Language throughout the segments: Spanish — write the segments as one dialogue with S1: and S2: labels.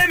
S1: le,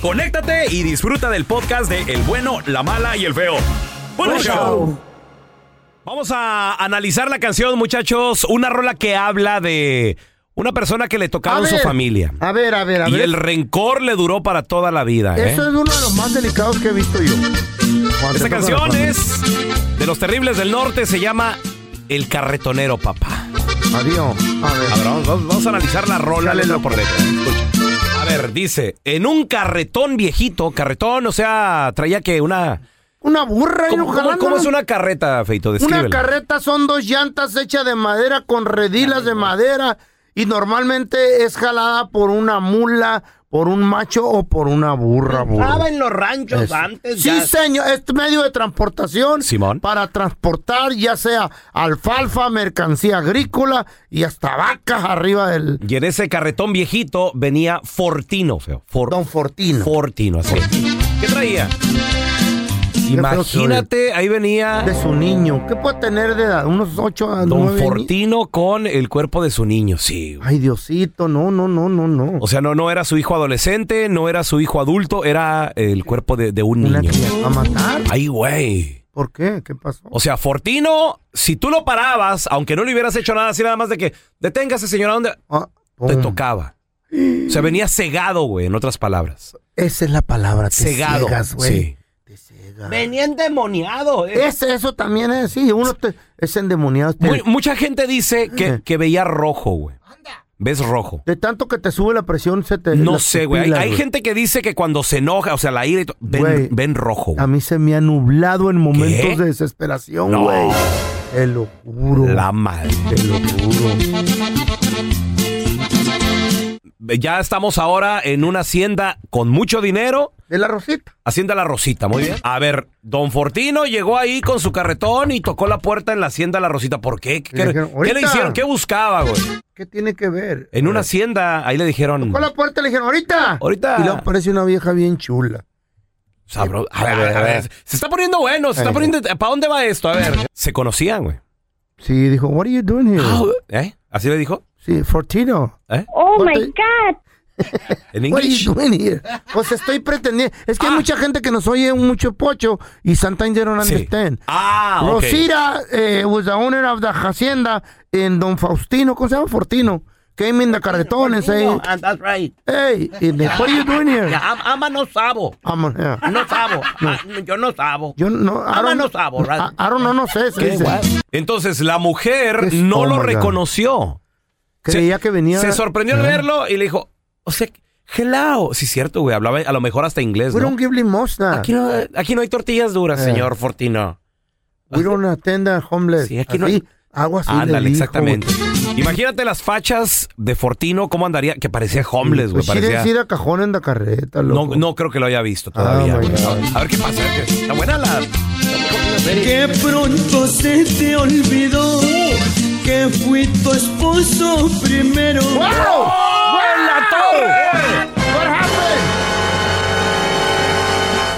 S1: conéctate y disfruta del podcast de El bueno, la mala y el feo. Bueno,
S2: Buen
S1: show.
S2: show.
S1: Vamos a analizar la canción, muchachos. Una rola que habla de una persona que le tocaron su
S3: ver,
S1: familia.
S3: A ver, a ver, a
S1: Y
S3: ver.
S1: el rencor le duró para toda la vida. ¿eh?
S3: Eso es uno de los más delicados que he visto yo. Cuando te toca la
S1: Esta canción
S3: familia.
S1: es de los terribles del norte, se llama El carretonero, papá.
S3: Adiós. A ver.
S1: A ver, vamos, vamos- vamos a analizar la rola
S3: Dale,
S1: letra por letra. Escucha. A ver, dice, en un carretón viejito, carretón, o sea, traía que una...
S3: Una burra y
S1: ¿Cómo, cómo- cómo es una carreta, Feito? Descríbela.
S3: Una carreta son dos llantas hechas de madera con redilas de madera y normalmente es jalada por una mula, por un macho o por una burra. burro.
S4: en los ranchos
S3: Eso.
S4: antes.
S3: Sí,
S4: ya-
S3: señor, este medio de transportación
S1: Simón.
S3: para transportar ya sea alfalfa, mercancía agrícola y hasta vacas arriba del
S1: Y en ese carretón viejito venía Fortino, feo. For-
S3: Don Fortino.
S1: Fortino, así. ¿Qué traía? Imagínate, ahí venía
S3: de su niño. ¿Qué puede tener de edad? Unos ocho a
S1: Don
S3: nueve ni-
S1: Fortino con el cuerpo de su niño, sí. güey.
S3: Ay, Diosito, no, no, no, no, no.
S1: O sea, no, no era su hijo adolescente, no era su hijo adulto, era el cuerpo de, de un
S3: Una
S1: niño.
S3: tía a matar.
S1: Ay, güey.
S3: ¿Por qué? ¿Qué pasó?
S1: O sea, Fortino, si tú lo parabas, aunque no le hubieras hecho nada así, nada más de que deténgase, señora, donde
S3: Ah,
S1: te
S3: pum.
S1: tocaba. O sea, venía cegado, güey, en otras palabras.
S3: Esa es la palabra. Te
S1: Cegado.
S3: ciegas, güey.
S1: sí.
S3: Te ciegas.
S4: Venía endemoniado. eh.
S3: Es- eso también es, sí, uno te- es endemoniado. Te-
S1: Mu- mucha gente dice que, que veía rojo, güey. ¿Ves rojo?
S3: de tanto que te sube la presión, se te.
S1: No
S3: las
S1: sé, güey. Hay,
S3: pupilas,
S1: hay
S3: güey.
S1: gente que dice que cuando se enoja, o sea, la ira, y to- ven,
S3: Güey.
S1: ven rojo. güey.
S3: A mí se me ha nublado en momentos de desesperación,
S1: No.
S3: güey. Te lo juro.
S1: La madre.
S3: Te lo juro.
S1: Ya estamos ahora en una hacienda con mucho dinero.
S3: De la Rosita.
S1: Hacienda La Rosita, muy bien. A ver, Don Fortino llegó ahí con su carretón y tocó la puerta en la Hacienda La Rosita. ¿Por qué? ¿Qué,
S3: Le dijeron,
S1: qué
S3: "Ahorita".
S1: le hicieron? ¿Qué buscaba, güey?
S3: ¿Qué tiene que ver?
S1: En una hacienda, ahí le dijeron.
S3: Con la puerta le dijeron, ahorita.
S1: Ahorita.
S3: Y pues, le aparece una vieja bien chula.
S1: Sabro- A ver, a ver, a ver. Se está poniendo bueno, se está
S3: Ay.
S1: poniendo. ¿Para dónde va esto? A ver. Se conocían, güey.
S3: Sí, dijo, what are you doing here?
S1: ¿Eh? ¿Así le dijo?
S3: Sí, Fortino.
S1: ¿Eh?
S5: Oh
S3: What
S5: my
S3: the-
S5: God.
S1: En
S3: What are
S1: inglés. Ah.
S3: you doing here? Pues estoy pretendiendo. Es que hay mucha gente que nos oye mucho pocho y sometimes they don't
S1: Sí.
S3: understand.
S1: Ah, ok.
S3: Rosita eh, was the owner of the hacienda en Don Faustino, ¿cómo se llama? Fortino. Came in the carretones,
S4: No,
S3: eh.
S4: and that's right.
S3: Hey, in the- what are you doing here?
S4: Ya, am- ama no sabo.
S3: I'm on- yeah.
S4: No sabo. Ah, yo no sabo.
S3: Yo no, I don't,
S4: Ámanos a borrar.
S3: I- I don't know, no sé. se
S1: ¿Qué?
S3: dice.
S1: What? Entonces, la mujer
S3: Qué
S1: no lo
S3: estómago.
S1: reconoció.
S3: Creía que venía.
S1: Se sorprendió al verlo y le dijo, o sea, hello. Sí, cierto, güey. Hablaba a lo mejor hasta inglés,
S3: We
S1: ¿no?
S3: don't give limosna.
S1: Aquí no, aquí no hay tortillas duras,
S3: Eh.
S1: señor Fortino.
S3: We don't attend the homeless.
S1: Sí, aquí no-
S3: Así, Algo así. Pues le
S1: Ándale,
S3: dijo,
S1: exactamente. Imagínate las fachas de Fortino, cómo andaría, que parecía homeless, güey.
S3: Pues sí,
S1: parecía-
S3: decir a cajón en la carreta,
S1: No,
S3: loco. Ah,
S1: no creo que lo haya visto todavía.
S3: my
S1: güey.
S3: God.
S1: a ver qué pasa. Está buena la.
S6: Que pronto se te olvidó que fui tu esposo primero.
S3: The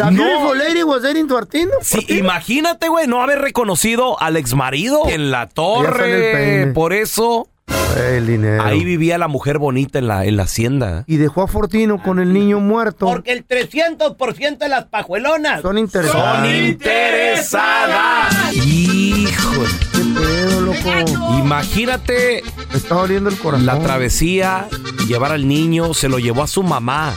S1: No.
S3: beautiful lady was dating to Artino.
S1: Sí, imagínate, güey, no haber reconocido al exmarido en la
S3: Ahí está en el
S1: torre.
S3: peine.
S1: Por eso
S3: El dinero.
S1: ahí vivía la mujer bonita en la, en la hacienda.
S3: y dejó a Fortino con el niño muerto.
S4: Porque el 300% de las pajuelonas.
S3: Son interesantes.
S1: interesadas. Hijo.
S3: Qué pedo, loco. loco.
S1: Imagínate
S3: Me está doliendo el corazón.
S1: la travesía, llevar al niño, se lo llevó a su mamá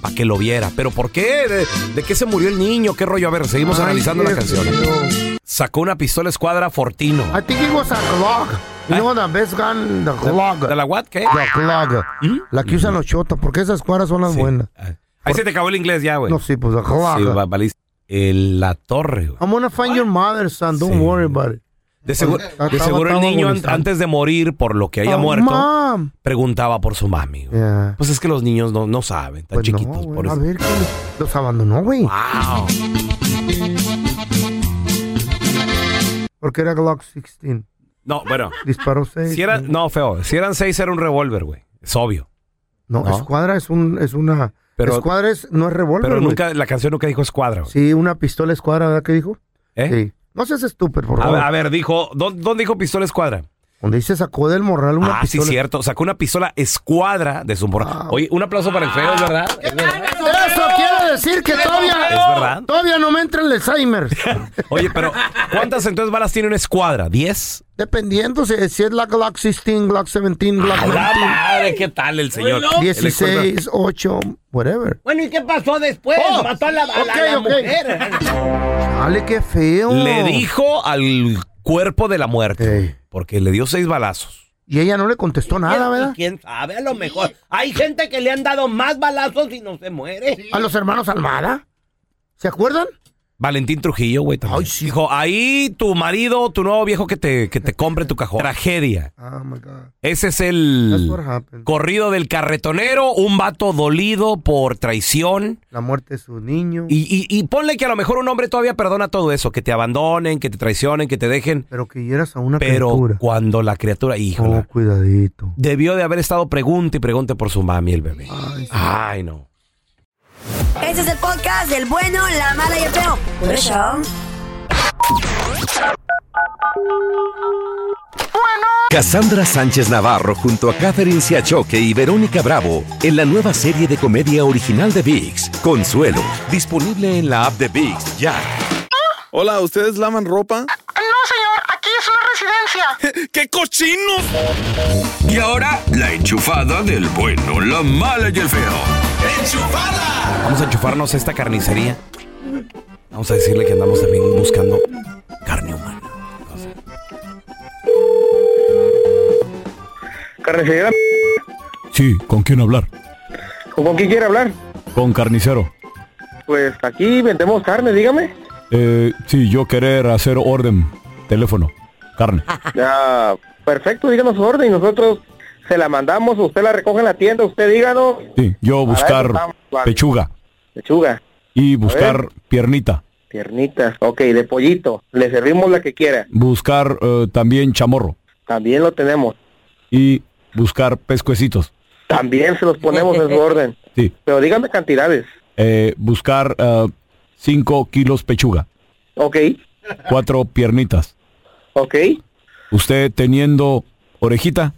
S1: para que lo viera. ¿Pero por qué? ¿De, de qué se murió el niño? ¿Qué rollo? A ver, seguimos
S3: Ay,
S1: analizando la
S3: qué
S1: canción.
S3: feo.
S1: Sacó una pistola escuadra Fortino.
S3: I think it was a Glock. You know the best gun, the Glock.
S1: Ah. ¿De la what? ¿Qué?
S3: La Glock. La que usan los chotas, porque esas cuadras son las
S1: Sí. Ah,
S3: buenas.
S1: Ahí se te acabó el inglés ya, güey.
S3: No, sí, pues la Glock.
S1: Sí, va- valiste. El- la torre, güey.
S3: I'm gonna find your mother, son. Don't
S1: Sí.
S3: worry about it.
S1: De seguro,
S3: Estaba-
S1: de seguro
S3: pues,
S1: el
S3: estaba
S1: niño an-
S3: agonizando.
S1: antes de morir por lo que haya
S3: Oh,
S1: muerto
S3: mom.
S1: preguntaba por su mami. güey.
S3: Yeah.
S1: Pues es que los niños no, no saben, están
S3: Eh. Pues no,
S1: chiquitos.
S3: güey.
S1: por
S3: a
S1: eso.
S3: ver, ¿qué? los abandonó, güey.
S1: Wow.
S3: Porque era Glock 16.
S1: No, bueno,
S3: Disparó 6.
S1: si eran, no, feo, si eran seis era un revólver, güey. Es obvio.
S3: No,
S1: No.
S3: escuadra es un es una
S1: Pero-
S3: escuadra es, no es revólver.
S1: Pero
S3: güey.
S1: nunca, la canción nunca dijo escuadra. güey.
S3: Sí, una pistola escuadra, ¿verdad que dijo?
S1: ¿Eh?
S3: Sí. No seas estúpido, por
S1: A,
S3: favor.
S1: ver, a ver, dijo, ¿dó- ¿dónde, dijo pistola escuadra?
S3: Donde dice sacó del morral una
S1: ah,
S3: pistola.
S1: sí, cierto. Sacó una pistola escuadra de su morra.
S3: Ah.
S1: Oye, un aplauso para el feo, ¿es verdad? Es verdad.
S3: Eso quiere decir que todavía
S1: Es verdad.
S3: todavía no me entra el Alzheimer.
S1: Oye, pero ¿cuántas entonces balas tiene una escuadra? ¿Diez?
S3: Dependiendo si, si es la Glock 16, Glock 17, Glock
S1: ¡A Ah, la madre! ¿Qué tal el señor? El escuadra-
S3: 16, 8, whatever.
S4: Bueno, ¿y qué pasó después?
S3: Oh,
S4: Mató a la, a la- a la
S3: ok, ok.
S4: mujer.
S3: Dale, qué feo.
S1: Le dijo al cuerpo de la muerte.
S3: Ey.
S1: Porque le dio seis balazos.
S3: Y ella no le contestó nada,
S4: ¿Quién,
S3: Ah, ¿verdad?
S4: quién sabe? A lo mejor. Hay gente que le han dado más balazos y no se muere.
S3: A los hermanos Almada. ¿Se acuerdan?
S1: Valentín Trujillo, güey, también.
S3: Ay, sí.
S1: Dijo, ahí tu marido, tu nuevo viejo que te, que te compre tu cajón. Tragedia.
S3: Oh my God.
S1: Ese es
S3: That's
S1: el
S3: what happened.
S1: corrido del carretonero, un vato dolido por traición.
S3: La muerte de su niño.
S1: Y, y- y ponle que a lo mejor un hombre todavía perdona todo eso, que te abandonen, que te traicionen, que te dejen.
S3: Pero que hieras a una
S1: Pero
S3: criatura.
S1: cuando la criatura, híjole,
S3: Oh, cuidadito.
S1: debió de haber estado pregunte y pregunte por su mami el bebé.
S3: Ay, sí.
S1: Ay no.
S2: Este es el podcast del bueno, la mala y el feo. Por eso.
S5: Cassandra Sánchez Navarro junto a Catherine Siachoque y Verónica Bravo en la nueva serie de comedia original de VIX, Consuelo, disponible en la app de VIX ya.
S7: Hola, ¿ustedes lavan ropa?
S8: No, señor, aquí es una residencia.
S7: ¡Qué cochinos!
S5: Y ahora, la enchufada del bueno, la mala y el feo.
S1: Vamos a enchufarnos a esta carnicería. Vamos a decirle que andamos también buscando carne humana.
S9: Carnicero,
S10: Sí, ¿con quién hablar?
S9: ¿con quién quiere hablar?
S10: Con carnicero.
S9: Pues aquí vendemos carne, dígame.
S10: Eh, sí, yo querer hacer orden. Teléfono. Carne.
S9: Ah, perfecto, díganos su orden y nosotros se la mandamos, usted la recoge en la tienda, usted díganos.
S10: Sí, yo
S9: eso
S10: buscar
S9: estamos, vale.
S10: pechuga
S9: Lechuga,
S10: y buscar piernita.
S9: piernitas, ok, de pollito, le servimos la que quiera,
S10: Buscar eh, también chamorro
S9: también lo tenemos,
S10: y buscar pescuecitos.
S9: también se los ponemos en su orden.
S10: Sí,
S9: Pero dígame cantidades,
S10: eh, buscar 5 kilos pechuga,
S9: ok,
S10: cuatro piernitas.
S9: ok,
S10: ¿Usted teniendo orejita?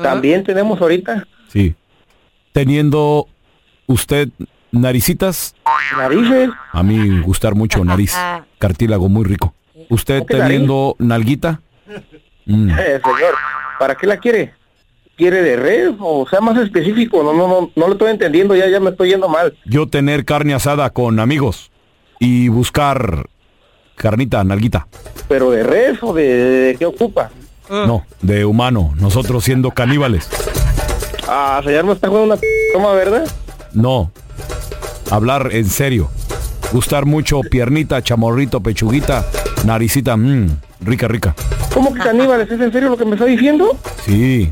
S9: también tenemos ahorita
S10: Sí. ¿Teniendo usted naricitas?
S9: narices,
S10: A mí gustar mucho nariz, cartílago muy rico. ¿Usted
S9: ¿Qué nariz?
S10: teniendo nalguita? Mm,
S9: Eh, señor, ¿para qué la quiere? ¿Quiere de res o sea más específico? No, no, no, no lo estoy entendiendo, ya, ya me estoy yendo mal.
S10: yo tener carne asada con amigos y buscar carnita, nalguita.
S9: ¿Pero de res o de, de- de qué ocupa?
S10: No, de humano, nosotros siendo caníbales.
S9: Ah, señor, me está jugando una p- toma, ¿verdad?
S10: No, hablar en serio. Gustar mucho piernita, chamorrito, pechuguita, naricita, mm, rica, rica.
S9: ¿Cómo que caníbales? ¿Es en serio lo que me está diciendo?
S10: Sí.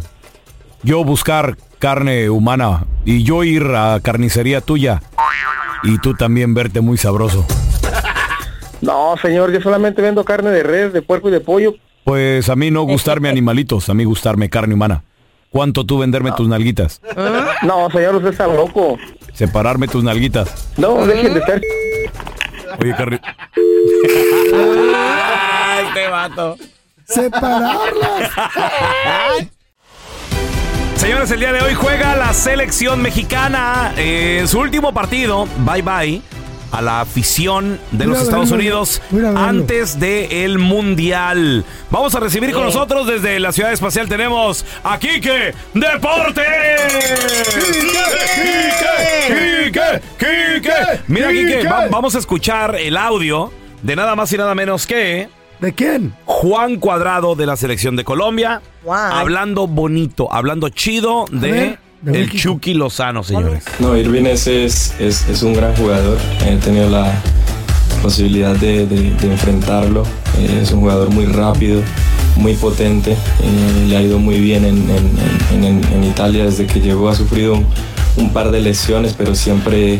S10: Yo buscar carne humana y yo ir a carnicería tuya y tú también verte muy sabroso.
S9: No, señor, yo solamente vendo carne de res, de puerco y de pollo.
S10: Pues a mí no gustarme animalitos, a mí gustarme carne humana. ¿Cuánto tú venderme tus nalguitas?
S9: No, señor, usted está loco.
S10: Separarme tus nalguitas.
S9: No, dejen de estar...
S10: Oye, carne.
S1: este Señores, el día de hoy juega la selección mexicana. Eh, en su último partido, bye bye, a la afición de
S11: Voy
S1: los
S11: a
S1: Estados
S11: verlo,
S1: Unidos
S11: voy a verlo.
S1: antes del Mundial. Vamos a recibir con nosotros desde la Ciudad Espacial tenemos a Quique Deportes. ¡Quique! ¡Quique! ¡Quique! Mira, Quique, va- vamos a escuchar el audio de nada más y nada menos que...
S11: ¿De quién?
S1: Juan Cuadrado de la selección de Colombia. Hablando bonito, hablando chido de, el Chucky Lozano, señores.
S12: No, Irving es, es, es- es un gran jugador. He tenido la posibilidad de, de- de enfrentarlo. Eh, es un jugador muy rápido, muy potente. Eh, le ha ido muy bien en, en- en- en- en Italia desde que llegó. Ha sufrido un, un par de lesiones, pero siempre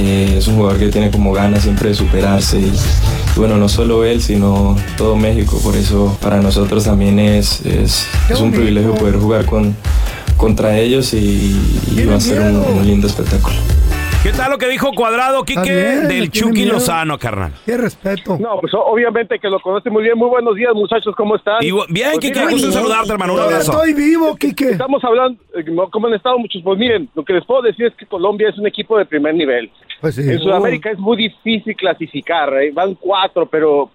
S12: eh, es un jugador que tiene como ganas siempre de superarse. Y, y bueno, no solo él, sino todo México. Por eso para nosotros también es, es, es un privilegio poder jugar con, contra ellos y, y va a ser un- un lindo espectáculo.
S1: ¿Qué tal lo que dijo Cuadrado, Quique,
S12: bien, le
S1: del
S12: tiene
S1: Chucky
S12: miedo.
S1: Lozano, carnal?
S11: Qué respeto.
S13: No, pues o- obviamente que lo conoce muy bien. Muy buenos días, muchachos, ¿cómo están?
S1: Igual- bien,
S13: Pues,
S1: Kike,
S13: miren,
S1: gusto en saludarte, hermano. Un
S13: Todavía
S1: abrazo.
S13: estoy
S11: vivo, Kike.
S13: Estamos hablando, eh, no, ¿cómo han estado muchos? Pues miren, lo que les puedo decir es que Colombia es un equipo de primer nivel.
S11: Pues sí.
S13: En Sudamérica es muy difícil clasificar, ¿eh? van cuatro, pero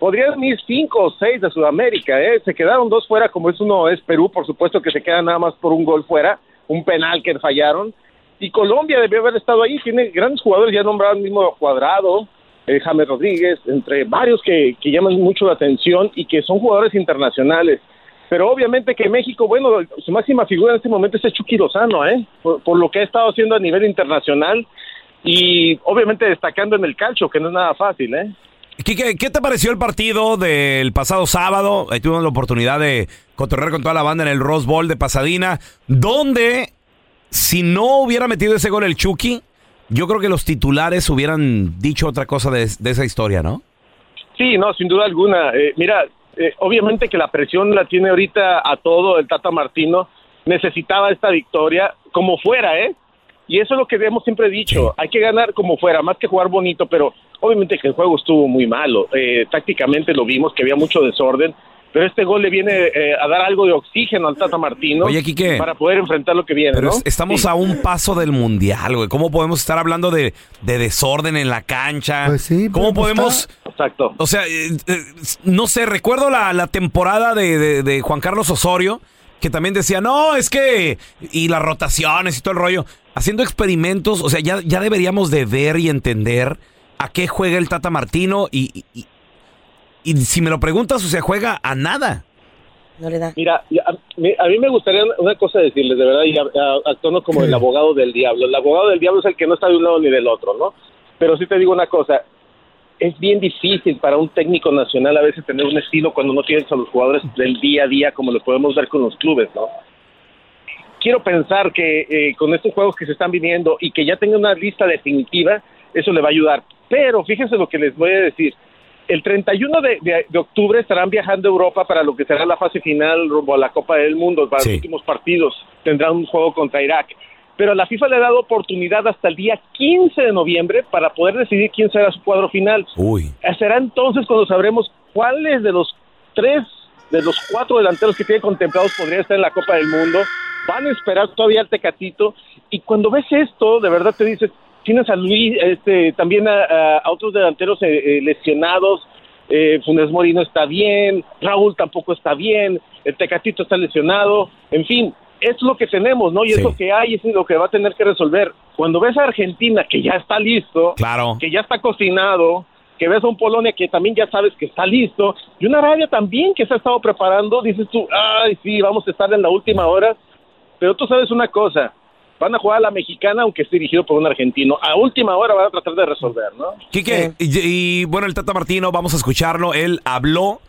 S13: podrían ir cinco o seis de Sudamérica, ¿eh? se quedaron dos fuera, como es uno es Perú, por supuesto que se queda nada más por un gol fuera, un penal que fallaron, y Colombia debió haber estado ahí, tiene grandes jugadores, ya nombraron mismo Cuadrado, eh, James Rodríguez, entre varios que, que llaman mucho la atención y que son jugadores internacionales. Pero obviamente que México, bueno, su máxima figura en este momento es el Chucky Lozano, ¿eh? Por, por lo que ha estado haciendo a nivel internacional y obviamente destacando en el calcio, que no es nada fácil, ¿eh?
S1: Quique, ¿qué te pareció el partido del pasado sábado? Ahí tuvimos la oportunidad de cotorrear con toda la banda en el Rose Bowl de Pasadena, donde si no hubiera metido ese gol el Chucky, yo creo que los titulares hubieran dicho otra cosa de, de esa historia, ¿no?
S13: Sí, no, sin duda alguna. Eh, mira, eh, obviamente que la presión la tiene ahorita a todo el Tata Martino. Necesitaba esta victoria, como fuera, ¿eh? Y eso es lo que hemos siempre dicho. Hay que ganar como fuera, más que jugar bonito, pero obviamente que el juego estuvo muy malo. Eh, tácticamente lo vimos, que había mucho desorden. Pero este gol le viene eh, a dar algo de oxígeno al Tata Martino
S1: Oye, Quique.
S13: para poder enfrentar lo que viene,
S1: Pero
S13: ¿no?
S1: es- estamos a un paso del mundial, güey. ¿Cómo podemos estar hablando de, de desorden en la cancha?
S13: pues,
S1: ¿Cómo podemos...?
S13: Exacto.
S1: O sea, eh, eh, no sé, recuerdo la, la temporada de, de- de Juan Carlos Osorio, que también decía, no, es que... Y las rotaciones y todo el rollo. Haciendo experimentos, o sea, ya, ya deberíamos de ver y entender a qué juega el Tata Martino y- y- y- y si me lo preguntas, o sea, juega a nada.
S13: Mira, ya, a mí- a mí me gustaría una- una cosa decirles, de verdad, y a- a- actuando como el abogado del diablo. El abogado del diablo es el que no está de un lado ni del otro, ¿no? Pero sí te digo una cosa, es bien difícil para un técnico nacional a veces tener un estilo cuando no tienes a los jugadores del día a día como lo podemos ver con los clubes, ¿no? Quiero pensar que eh, con estos juegos que se están viniendo y que ya tenga una lista definitiva, eso le va a ayudar. Pero fíjense lo que les voy a decir. El 31 de, de- de octubre estarán viajando a Europa para lo que será la fase final rumbo a la Copa del Mundo, para
S14: Sí.
S13: los últimos partidos. Tendrán un juego contra Irak. Pero la FIFA le ha dado oportunidad hasta el día 15 de noviembre para poder decidir quién será su cuadro final.
S1: Uy.
S13: Será entonces cuando sabremos cuáles de los tres, de los cuatro delanteros que tiene contemplados podrían estar en la Copa del Mundo. Van a esperar todavía al Tecatito. Y cuando ves esto, de verdad te dices, tienes a Luis, este, también a, a- a otros delanteros eh, eh, lesionados. Eh, Funes Mori no está bien, Raúl tampoco está bien, el Tecatito está lesionado. En fin, es lo que tenemos, ¿no? Y es lo que hay, es lo que va a tener que resolver. Cuando ves a Argentina, que ya está listo,
S1: Claro.
S13: que ya está cocinado, que ves a un Polonia que también ya sabes que está listo, y una Arabia también que se ha estado preparando, dices tú, ay, sí, vamos a estar en la última hora, pero tú sabes una cosa, van a jugar a la mexicana aunque esté dirigido por un argentino, a última hora van a tratar de resolver, ¿no?
S1: Quique, y, y, bueno, el Tata Martino, vamos a escucharlo. Él habló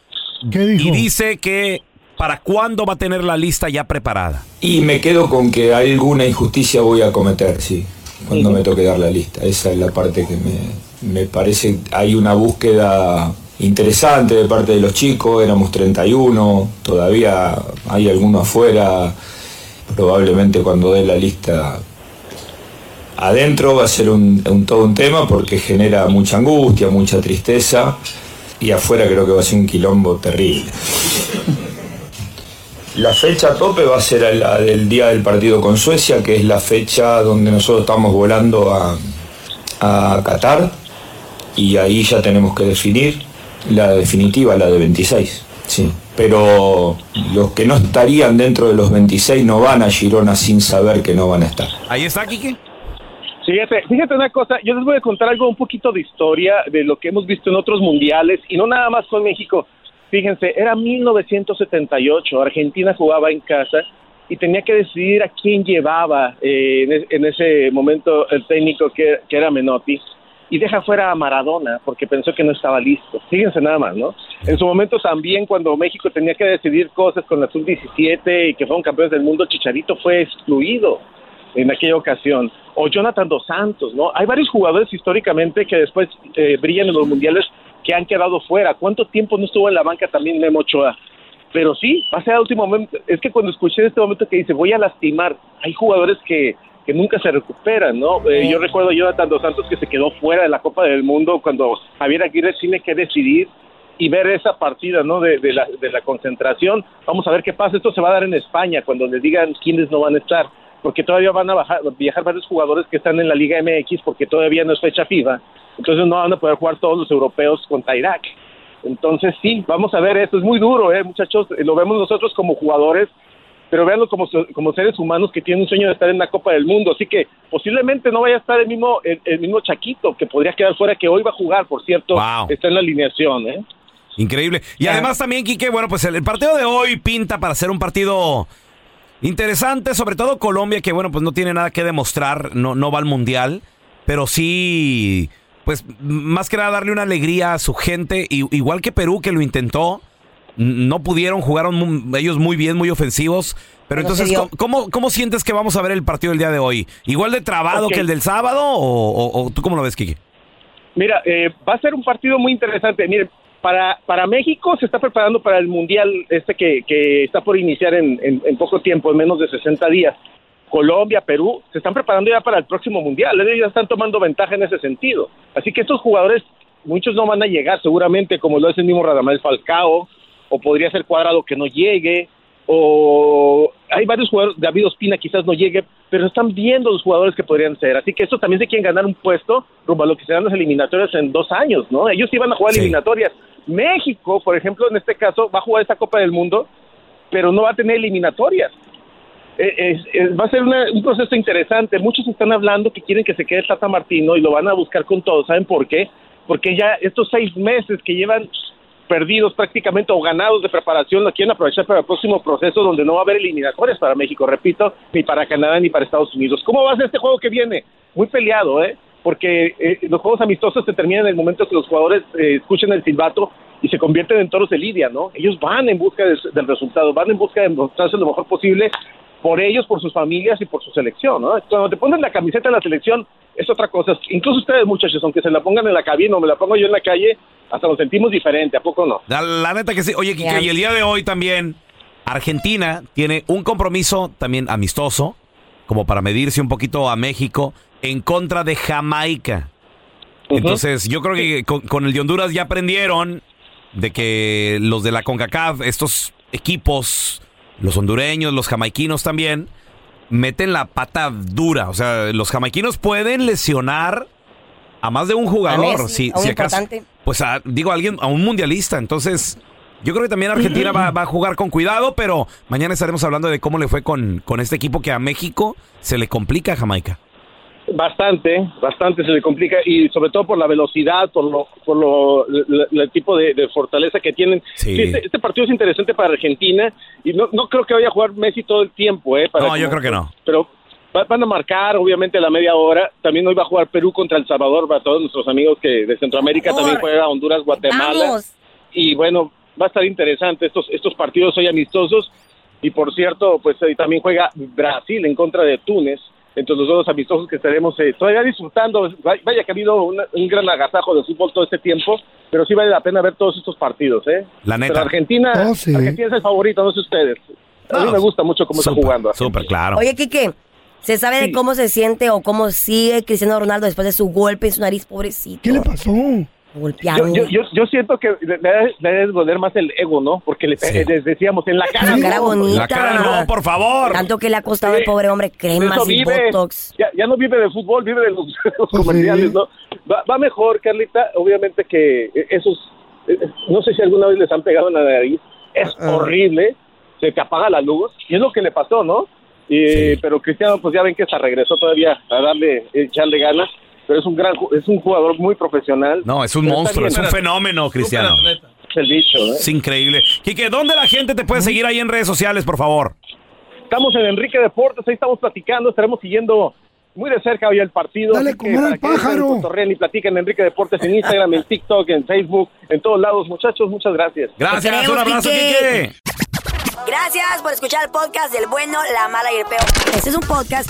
S1: y dice que para cuándo va a tener la lista ya preparada.
S12: Y me quedo con que alguna injusticia voy a cometer, sí, cuando me toque dar la lista. Esa es la parte que me, me parece, hay una búsqueda interesante de parte de los chicos, éramos 31, todavía hay alguno afuera, probablemente cuando dé la lista adentro va a ser un, un- todo un tema porque genera mucha angustia, mucha tristeza y afuera creo que va a ser un quilombo terrible. La fecha tope va a ser la del día del partido con Suecia, que es la fecha donde nosotros estamos volando a, a Qatar y ahí ya tenemos que definir la definitiva, la de 26. Sí. Pero los que no estarían dentro de los 26 no van a Girona sin saber que no van a estar.
S1: Ahí está, Kike.
S13: Fíjate, fíjate una cosa, yo les voy a contar algo un poquito de historia de lo que hemos visto en otros mundiales y no nada más con México. Fíjense, era 1978, Argentina jugaba en casa y tenía que decidir a quién llevaba eh, en, es- en ese momento el técnico que, que era Menotti y deja fuera a Maradona porque pensó que no estaba listo. Fíjense nada más, ¿no? En su momento también cuando México tenía que decidir cosas con la sub-17 y que fueron campeones del mundo, Chicharito fue excluido en aquella ocasión, o Jonathan Dos Santos, ¿no? Hay varios jugadores históricamente que después eh, brillan en los mundiales que han quedado fuera. ¿Cuánto tiempo no estuvo en la banca también Memo Ochoa? Pero sí, va a ser el último momento. Es que cuando escuché este momento que dice, voy a lastimar, hay jugadores que, que nunca se recuperan, ¿no? Eh, yo recuerdo a Jonathan Dos Santos que se quedó fuera de la Copa del Mundo cuando Javier Aguirre tiene que decidir y ver esa partida, ¿no? De, de la, de la concentración. Vamos a ver qué pasa. Esto se va a dar en España cuando les digan quiénes no van a estar, porque todavía van a bajar- viajar varios jugadores que están en la Liga MX, porque todavía no es fecha FIFA. Entonces no van a poder jugar todos los europeos contra Irak. Entonces sí, vamos a ver esto. Es muy duro, ¿eh, muchachos? Eh, Lo vemos nosotros como jugadores, pero véanlo como, so- como seres humanos que tienen un sueño de estar en la Copa del Mundo. Así que posiblemente no vaya a estar el mismo, el, el mismo Chaquito, que podría quedar fuera, que hoy va a jugar, por cierto, está en la alineación, ¿eh?
S1: Increíble. Y además también, Quique, bueno, pues el, el partido de hoy pinta para ser un partido interesante, sobre todo Colombia, que bueno, pues no tiene nada que demostrar, no, no va al Mundial, pero sí, pues m- más que nada darle una alegría a su gente, i- igual que Perú, que lo intentó, n- no pudieron, jugaron mu- ellos muy bien, muy ofensivos, pero
S10: No se
S1: entonces,
S10: dio.
S1: ¿cómo, cómo, cómo sientes que vamos a ver el partido el día de hoy? ¿Igual de trabado
S13: Ok.
S1: que el del sábado o, o- o tú cómo lo ves, Quique?
S13: Mira, eh, va a ser un partido muy interesante. Miren, para, para México se está preparando para el Mundial este que, que está por iniciar en, en- en poco tiempo, en menos de 60 días. Colombia, Perú, se están preparando ya para el próximo Mundial. Ellos ya están tomando ventaja en ese sentido. Así que estos jugadores, muchos no van a llegar seguramente, como lo es el mismo Radamel Falcao, o podría ser Cuadrado que no llegue, o hay varios jugadores, David Ospina quizás no llegue, pero están viendo los jugadores que podrían ser. Así que estos también se quieren ganar un puesto rumbo a lo que serán las eliminatorias en dos años, ¿no? Ellos iban a jugar eliminatorias. México, por ejemplo, en este caso, va a jugar esta Copa del Mundo, pero no va a tener eliminatorias. Eh, es- es- va a ser una- un proceso interesante. Muchos están hablando que quieren que se quede Tata Martino y lo van a buscar con todo. ¿Saben por qué? Porque ya estos seis meses que llevan perdidos prácticamente o ganados de preparación lo quieren aprovechar para el próximo proceso donde no va a haber eliminatorias para México, repito, ni para Canadá ni para Estados Unidos. ¿Cómo va a ser este juego que viene? Muy peleado, ¿eh? Porque eh, los juegos amistosos se terminan en el momento que los jugadores eh, escuchan el silbato y se convierten en toros de lidia, ¿no? Ellos van en busca de- del resultado, van en busca de mostrarse lo mejor posible por ellos, por sus familias y por su selección, ¿no? Cuando te ponen la camiseta en la selección es otra cosa. Incluso ustedes, muchachos, aunque se la pongan en la cabina o me la pongo yo en la calle, hasta nos sentimos diferente, ¿a poco no?
S1: La, la neta que sí. Oye, Kike,
S13: Ya.
S1: y el día de hoy también, Argentina tiene un compromiso también amistoso, como para medirse un poquito a México, en contra de Jamaica. Entonces, yo creo que con, con el de Honduras ya aprendieron de que los de la CONCACAF, estos equipos, los hondureños, los jamaiquinos también, meten la pata dura. O sea, los jamaiquinos pueden lesionar a más de un
S2: A
S1: jugador,
S2: Messi,
S1: si,
S2: a un
S1: si acaso.
S2: importante.
S1: Pues a- digo, a alguien, a un mundialista. Entonces, yo creo que también Argentina va, va a jugar con cuidado, pero mañana estaremos hablando de cómo le fue con, con este equipo que a México se le complica a Jamaica.
S13: Bastante, bastante se le complica y sobre todo por la velocidad, por lo, por lo, la- la- el tipo de, de fortaleza que tienen.
S1: Sí.
S13: Sí, este, este partido es interesante para Argentina y no, no creo que vaya a jugar Messi todo el tiempo, ¿eh? Para
S1: No, yo
S13: como-
S1: creo que no.
S13: Pero va- van a marcar, obviamente, la media hora. También hoy va a jugar Perú contra El Salvador, para todos nuestros amigos que de Centroamérica también juega Honduras, Guatemala.
S2: Vamos.
S13: Y bueno, va a estar interesante estos, estos partidos hoy amistosos. Y por cierto, pues ahí también juega Brasil en contra de Túnez. Entonces, los dos amistosos que estaremos eh, todavía disfrutando. Va- Vaya que ha habido una- un gran agasajo de fútbol todo este tiempo, pero sí vale la pena ver todos estos partidos, ¿eh?
S1: La neta.
S13: Pero Argentina,
S1: Oh, sí.
S13: Argentina es el favorito, no sé ustedes. A mí me gusta mucho cómo está jugando.
S1: Súper claro.
S2: Oye, Quique, ¿se sabe de cómo se siente o cómo sigue Cristiano Ronaldo después de su golpe en su nariz, pobrecito?
S11: ¿Qué le pasó?
S2: Golpeado.
S13: Yo, yo, yo, yo siento que le, le- le debe doler más el ego, ¿no? Porque le, eh, les decíamos en la cara.
S2: La cara
S13: no,
S2: bonita.
S1: por favor.
S2: Tanto que le ha costado al
S13: Sí.
S2: pobre hombre cremas
S13: Eso
S2: y
S13: vive.
S2: botox.
S13: Ya, ya no vive del fútbol, vive de los, de los comerciales, ¿no? Va, va mejor, Carlita. Obviamente que eh, esos, eh, eh, no sé si alguna vez les han pegado en la nariz. Es
S1: Ah.
S13: horrible. Se te apaga la luz. Y es lo que le pasó, ¿no? Y, Pero Cristiano, pues ya ven que se regresó todavía a darle, eh, echarle ganas. Pero es un gran, ju- es un jugador muy profesional.
S1: No, es un
S13: Pero está
S1: monstruo, es
S13: bien.
S1: un fenómeno, Cristiano.
S13: Es el bicho, ¿eh?
S1: Es increíble. Quique, ¿dónde la gente te puede seguir ahí en redes sociales, por favor?
S13: Estamos en Enrique Deportes, ahí estamos platicando, estaremos siguiendo muy de cerca hoy el partido. Dale
S11: comer al pájaro.
S13: y platiquen Enrique Deportes en Instagram, en TikTok, en Facebook, en todos lados. Muchachos, muchas gracias.
S1: Gracias, un abrazo, Quique.
S2: Gracias por escuchar el podcast del bueno, la mala y el peor. Este es un podcast